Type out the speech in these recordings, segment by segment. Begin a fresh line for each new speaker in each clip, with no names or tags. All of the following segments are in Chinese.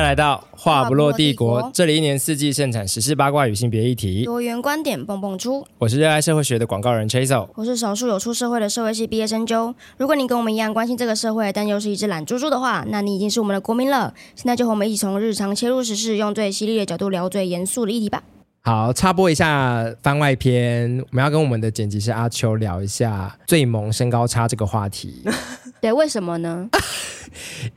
来到话不
话不落
落帝
帝
国
国，
这里一年四季盛产时事八卦与性别议题。
多元观点蹦蹦出，
我是热爱社会学的广告人 Chaso。
我是少数有出社会的社会系毕业生啾。如果你跟我们一样关心这个社会，但又是一只懒猪猪的话，那你已经是我们的国民了。现在就和我们一起从日常切入时事，用最犀利的角度聊最严肃的议题吧。
好，插播一下番外篇，我们要跟我们的剪辑师阿秋聊一下最萌身高差这个话题，
对，为什么呢？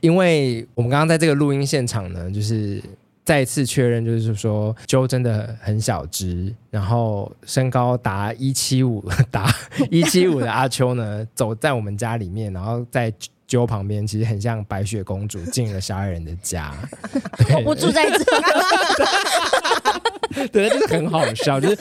因为我们刚刚在这个录音现场呢，就是再一次确认，就是说 Joe 真的很小只，然后身高达一七五， 达一七五的阿秋呢，走在我们家里面，然后在 Joe 旁边，其实很像白雪公主进了小矮人的家。
我不住在这，
对，就是很好笑，就是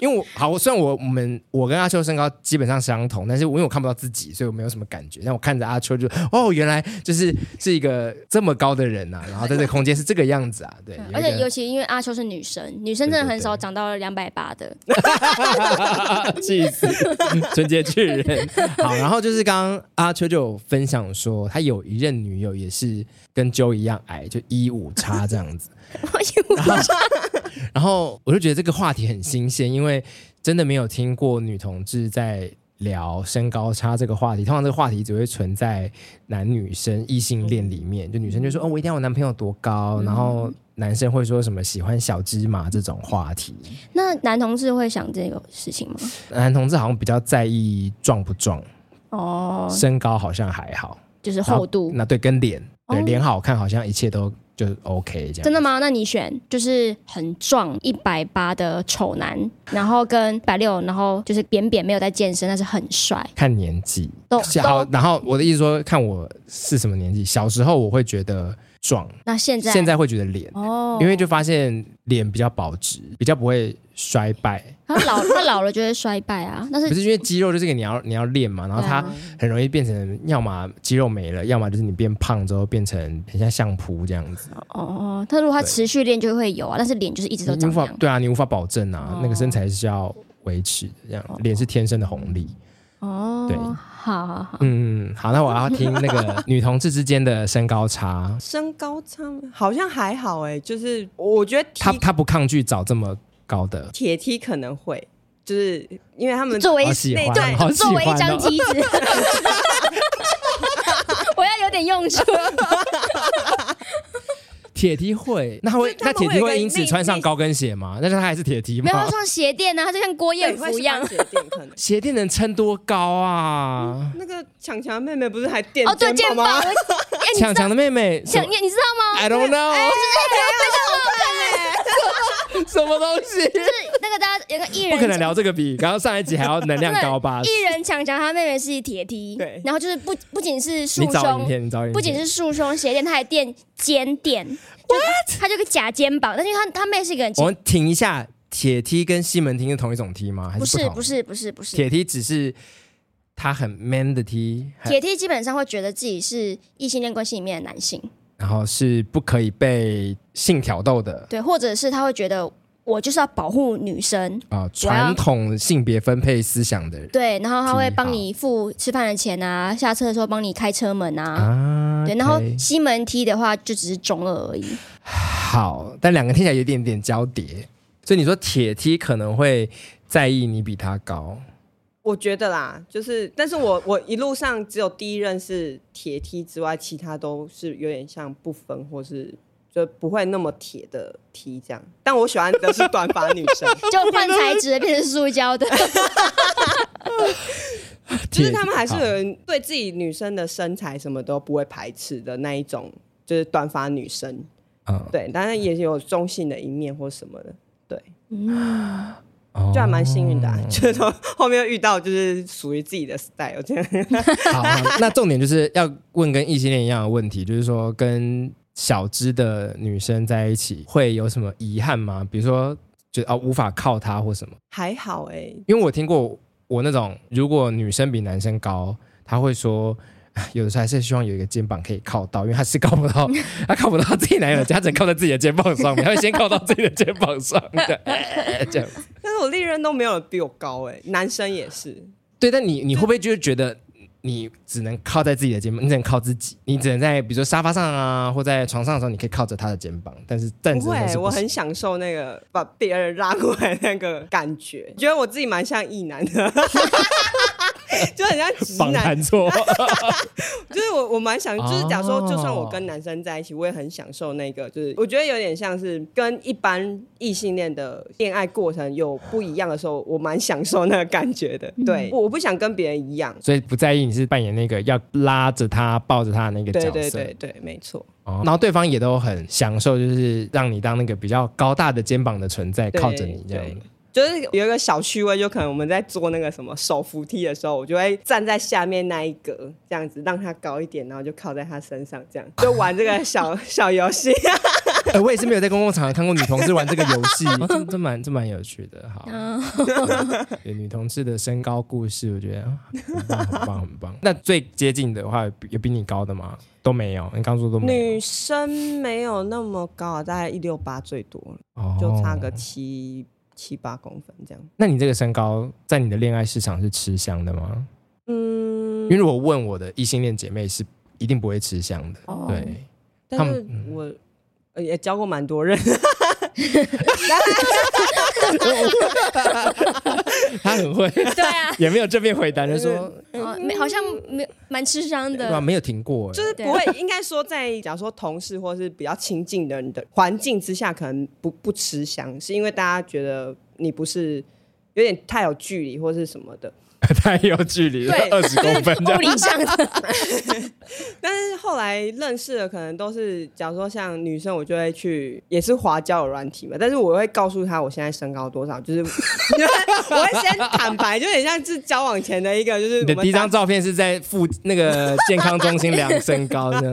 因为我好，我虽然我我们我跟阿秋身高基本上相同，但是我因为我看不到自己，所以我没有什么感觉。但我看着阿秋就，哦，原来就是是一个这么高的人呐、啊，然后在这个空间是这个样子啊，对，有一个
而且尤其因为阿秋是女生，女生真的很少长到两百八的。
气死，纯洁巨人。好，然后就是刚刚阿秋就有分享说，他有一任女友也是跟 Joe 一样矮，就一五叉这样子。 然后我就觉得这个话题很新鲜，因为真的没有听过女同志在聊身高差这个话题。通常这个话题只会存在男女生异性恋里面，就女生就说：“哦，我一定要我男朋友多高。
嗯
然后男生会说什么喜欢小芝麻这种话题。
那男同志会想这个事情吗？
男同志好像比较在意壮不壮，
哦，
身高好像还好，
就是嗯厚度。
那对跟脸，对、
哦
脸好看，好像一切都就 OK 这样。
真的？吗？那你选就是很壮一百八的丑男，然后跟百六，然后就是扁扁没有在健身，但是很帅，
看年纪，
都
好
都。。
然后我的意思说，看我是什么年纪。小时候我会觉得壮，
那现在
现在会觉得脸，
哦，
因为就发现脸比较保值，比较不会衰败。
他老他老了就会衰败啊，但
不
是啊
是因为肌肉就是个你要你要练嘛，然后它很容易变成，要么肌肉没了，要么就是你变胖之后变成很像相扑这样子。
哦，他如果他
对
持续练就会有啊，但是脸就是一直都
你
长
无
这
法
样。
对啊，你无法保证啊，
哦
那个身材是要维持的，这样脸是天生的红利。
哦，
对
好好好，
嗯，好，那我要听那个女同志之间的身高差，
身高差吗好像还好哎、就是我觉得
她
踢
她不抗拒找这么高的，
铁梯可能会，就是因为他们
作为
好喜
内
欢，
在
好喜
作
欢、
为一张
哦。
机子，我要有点用处。
铁梯会，那会
就是
那
他们
铁梯
会有一
会
个
因此
内
穿上高跟鞋吗？但是他还是铁梯
没有他
吗？。
穿鞋垫啊，他就像郭
对
艳
会
芙一样
是。关节垫可能
鞋垫能撑多高
嗯
啊？
那个强强妹妹不是还垫
哦，对，
肩
肩
膀
膀，
吗？
我哎，你
强
知道，
强的妹妹什
想哎
么
你你知道吗？
，I don't know，什么东
就
西？
是那个大家有个艺
不可能
人。
聊这个比刚刚上一集还要能量高吧？
艺人强强，他妹妹是铁梯，
对
然后就是不不仅是
你
束
找影
胸，
片，你找影片，
不仅是束胸鞋垫，他还垫肩垫，就他就个假肩膀，但是因为他他妹是一个很
我们停一下，铁梯跟西门町是同一种梯吗？还
不
是
是
同
不，是不是不是，
铁梯只是他很 man 的梯，还
铁梯基本上会觉得自己是异性恋关系里面的男性，
然后是不可以被性挑逗的
对，或者是他会觉得我就是要保护女生，
啊，传统性别分配思想的人。
对，然后他会
挺好
帮你付吃饭的钱啊，下车的时候帮你开车门啊。
啊
对，然后
OK
西门梯的话就只是中二而已，
好，但两个听起来有点点交叠，所以你说铁梯可能会在意你比他高，
我觉得啦，就是，但是我我一路上只有第一任是铁梯之外，其他都是有点像不分或是就不会那么铁的梯这样。但我喜欢的是短发女 生，
就换材质的变成塑胶的。
就
铁
是
梯
他们还是
好
有人对自己女生的身材什么都不会排斥的那一种，就是短发女生。
嗯
对，当然也有中性的一面或什么的，对，
哦
就还蛮幸运的、啊， 就是都后面又遇到就是属于自己的 style 这样。
好，好那重点就是要问跟异性恋一样的问题，就是说跟小只的女生在一起会有什么遗憾吗？比如说，就啊、无法靠她或什么？
还好哎、
因为我听过我那种，如果女生比男生高，她会说。啊有的时候还是希望有一个肩膀可以靠到，因为她是靠不 到，她靠不到自己男友的，她只能靠在自己的肩膀上面，她会先靠到自己的肩膀上，对，这样。
欸但是我历任都没有比我高哎、男生也是，
对，但你你会不会就是觉得你只能靠在自己的肩膀，你只能靠自己，你只能在比如说沙发上啊，或在床上的时候，你可以靠着他的肩膀，但是站
不
着还
会，欸
是
我
不行。
很享受那个把别人拉过来那个感觉，觉得我自己蛮像异男的， 就很像直
访
男
谈。 错，
就是我我蛮想，就是假如说，
哦
就算我跟男生在一起，我也很享受那个，就是我觉得有点像是跟一般异性恋的恋爱过程有不一样的时候，我蛮享受那个感觉的。
嗯
对，我我不想跟别人一样。
所以不在意你是扮演那个要拉着他、抱着他的那个角
对
色。
对对对，没错。
哦然后对方也都很享受，就是让你当那个比较高大的肩膀的存在，
对
靠着你这样
对。就是有一个小趣味，就可能我们在做那个什么手扶梯的时候，我就会站在下面那一格，这样子让他高一点，然后就靠在他身上，这样就玩这个小 小游戏。
哎、我也是没有在公共场合看过女同志玩这个游 戏，哦这这蛮这蛮有趣的。好，
嗯
嗯
对女同志的身高故事，我觉得啊很棒很棒很棒。那最接近的话，有比你高的吗？都没有，你刚说都没有
女，生没有那么高啊，大概一六八最多了。
哦
就差个七七八公分这样。
那你这个身高在你的恋爱市场是吃香的吗？因为
嗯，
如果问我的异性恋姐妹是一定不会吃香的，
哦
对。他
但
们
是我呃也教过蛮多人，
他很会，
对啊，
也没有正面回答，就说
哦没好像没蛮吃香
对吧？
的，
没有停过， 哎
就是不会，应该说在假如说同事或是比较亲近的人的环境之下，可能不不吃香，是因为大家觉得你不是有点太有距离或是什么的。
太有距离了，
对
二十公分这样。
物理上的
但是后来认识的可能都是，假如说像女生，我就会去也是滑交友软体嘛，但是我会告诉她我现在身高多少，就是 我会先坦白，就很像是交往前的一个，就是
你
我
的
们
第一
大
张照片是在附那个健康中心量身高这 样，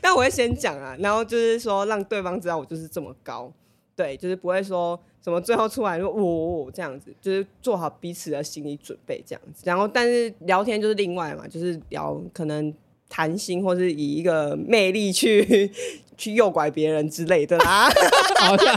但我会先讲啊，然后就是说让对方知道我就是这么高，对，就是不会说什么最后出来说我、我哦这样子，就是做好彼此的心理准备这样子。然后但是聊天就是另外嘛，就是聊可能谈心或是以一个魅力去去诱拐别人之类的啦。
好像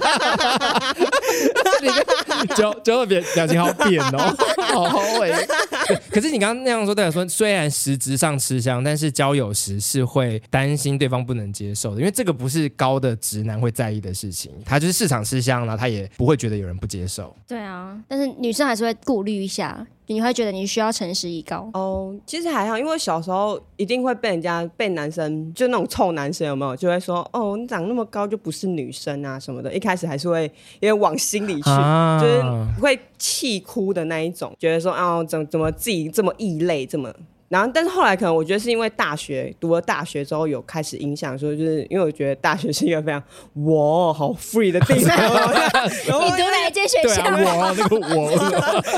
你看九九二扁表情好扁 哦，好好伟。对 可是你刚刚那样说，代表说虽然实质上吃香，但是交友时是会担心对方不能接受的，因为这个不是高的直男会在意的事情，他就是市场吃香然后他也不会觉得有人不接受。
对啊，但是女生还是会顾虑一下，你会觉得你需要诚实以高。
哦，其实还好，因为小时候一定会被人家被男生，就那种臭男生有没有，就会说哦，你长那么高就不是女生啊什么的。一开始还是会有点往心里去，
啊
就是会气哭的那一种，觉得说哦，怎怎么自己这么异类，这么。然后，但是后来可能我觉得是因为大学读了大学之后有开始影响，说就是因为我觉得大学是一个非常哇好 free 的地方，然后
你读哪一间学
对
校？
啊，我那个我，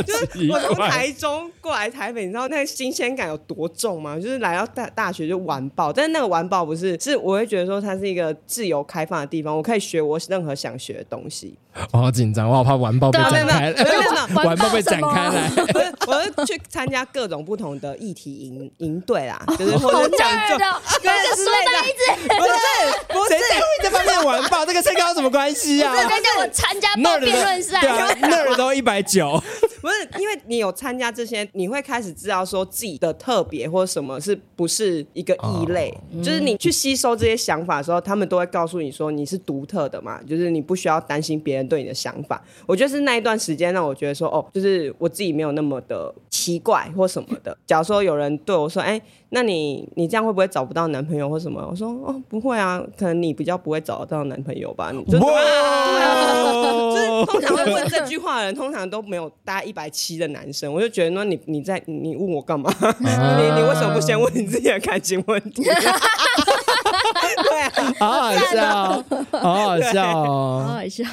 就是
我从台中过来台北，你知道那个新鲜感有多重吗？就是来到大大学就完爆，但是那个完爆不是，是我会觉得说它是一个自由开放的地方，我可以学我任何想学的东西。
我好紧张，我好怕完爆被
对啊
没
展
有
开
没有没有
来，
没有没有
完爆被展开来。
不是我会去参加各种不同的议题营营队啦，就是或
好哦
者讲
那
究
儿的，
对之类的，不是不
谁
是。
在这方面玩 爆？这个身高有什么关系啊？
我跟你讲，我参加
那
报
儿的
辩论赛，
对啊，那儿都一百九，
不是，因为你有参加这些，你会开始知道说自己的特别或什么是不是一个异类，就是你去吸收这些想法的时候，他们都会告诉你说你是独特的嘛，就是你不需要担心别人对你的想法。我觉得是那一段时间让我觉得说，哦，就是我自己没有那么的奇怪或什么的。假如说有人对我说，哎、那你你这样会不会找不到男朋友或什么？我说哦，不会啊，可能你比较不会找得到男朋友吧。你就啊
啊
就是通常会问这句话的人，通常都没有大概一百七的男生，我就觉得那你你在你问我干嘛？ 你你为什么不先问你自己的感情问题？ 对啊，
好好笑，好好笑
好
哦！
好笑。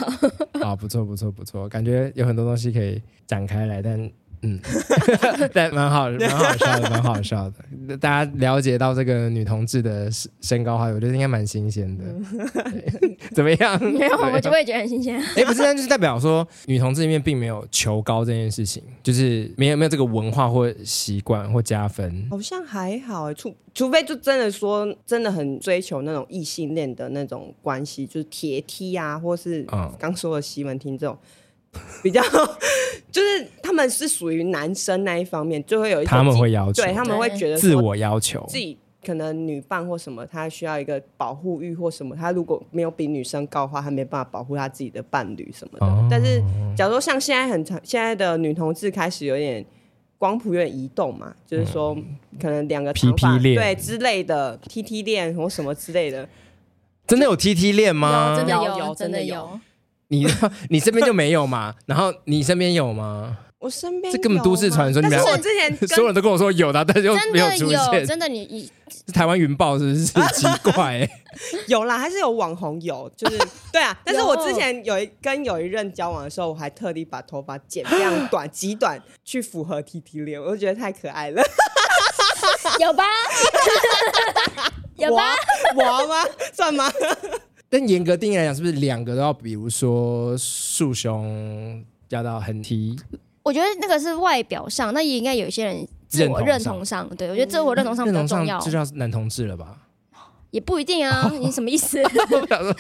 啊，不错不错不错，感觉有很多东西可以展开来，但。 嗯，但蛮好，蛮好笑的，蛮好笑的。大家了解到这个女同志的身身高话，我觉得应该蛮新鲜 的。对怎么样？
没有，我
对啊
就会觉得很新鲜。
哎、不是，但就是代表说，女同志里面并没有求高这件事情，就是没有没有这个文化或习惯或加分。
好像还好、欸，除除非就真的说真的很追求那种异性恋的那种关系，就是铁梯啊，或是
嗯
刚说的西门町这种。比较就是他们是属于男生那一方面，就会有一种
他们
自
会要求，
对他们会
对
觉得
自
说
我要求，
自己可能女伴或什么，她需要一个保护欲或什么，她如果没有比女生高的话，她没办法保护她自己的伴侣什么的。
哦
但是，假如说像现在很常，现在的女同志开始有点光谱有点移动嘛，就是说可能两个长发
PP 嗯恋
对之类的 T T 恋或什么之类的，
真的有 T T 恋吗？
有真的
有有
有，真的
真的
有。
你 你这边就没有嘛？ 然后你身边有吗？
我身边
这根本
有
都市
吗
传说你
但
不
是
要
我之 前
所有
跟
人都跟我说有的，但是又
真
没
的
出现。
真的你你
是台湾云豹是不 是奇怪、欸？
有啦，还是有网红有，就是 对啊。但是
有
我之前有一跟有一任交往的时候，我还特地把头发剪非常短、极短，去符合 T T 恋，我就觉得太可爱 了。
有吧？ 有吧？
我我吗？算吗？
但严格定义来讲，是不是两个都要？比如说束胸加到横踢，
我觉得那个是外表上，那也应该有一些人自我认
认
同
同嗯
上，对我觉得自我认同上比
认
较
同
重要
上，就叫男同志了 吧？
也不一定啊。你什么意思？
我想说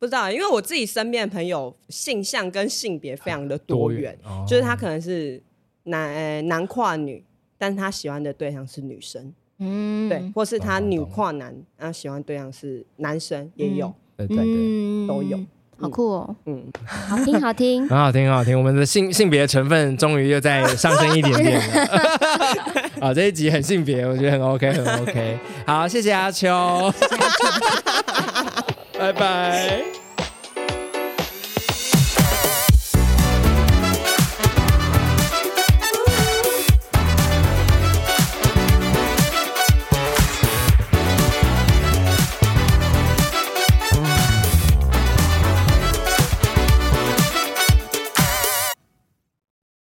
不知道，因为我自己身边的朋友性向跟性别非常的多元，，
哦
就是他可能是男、呃男跨女，但是他喜欢的对象是女生，
嗯，
对，或是他
懂懂
女
懂
跨男，然后喜欢对象是男生也有，
对对对，
嗯，
都有，
好酷哦，
嗯，
好听好听。
很好听，很好听。我们的性性别成分终于又再上升一点点了。好，这一集很性别，我觉得很 OK，很 OK。好，谢谢阿秋，拜拜。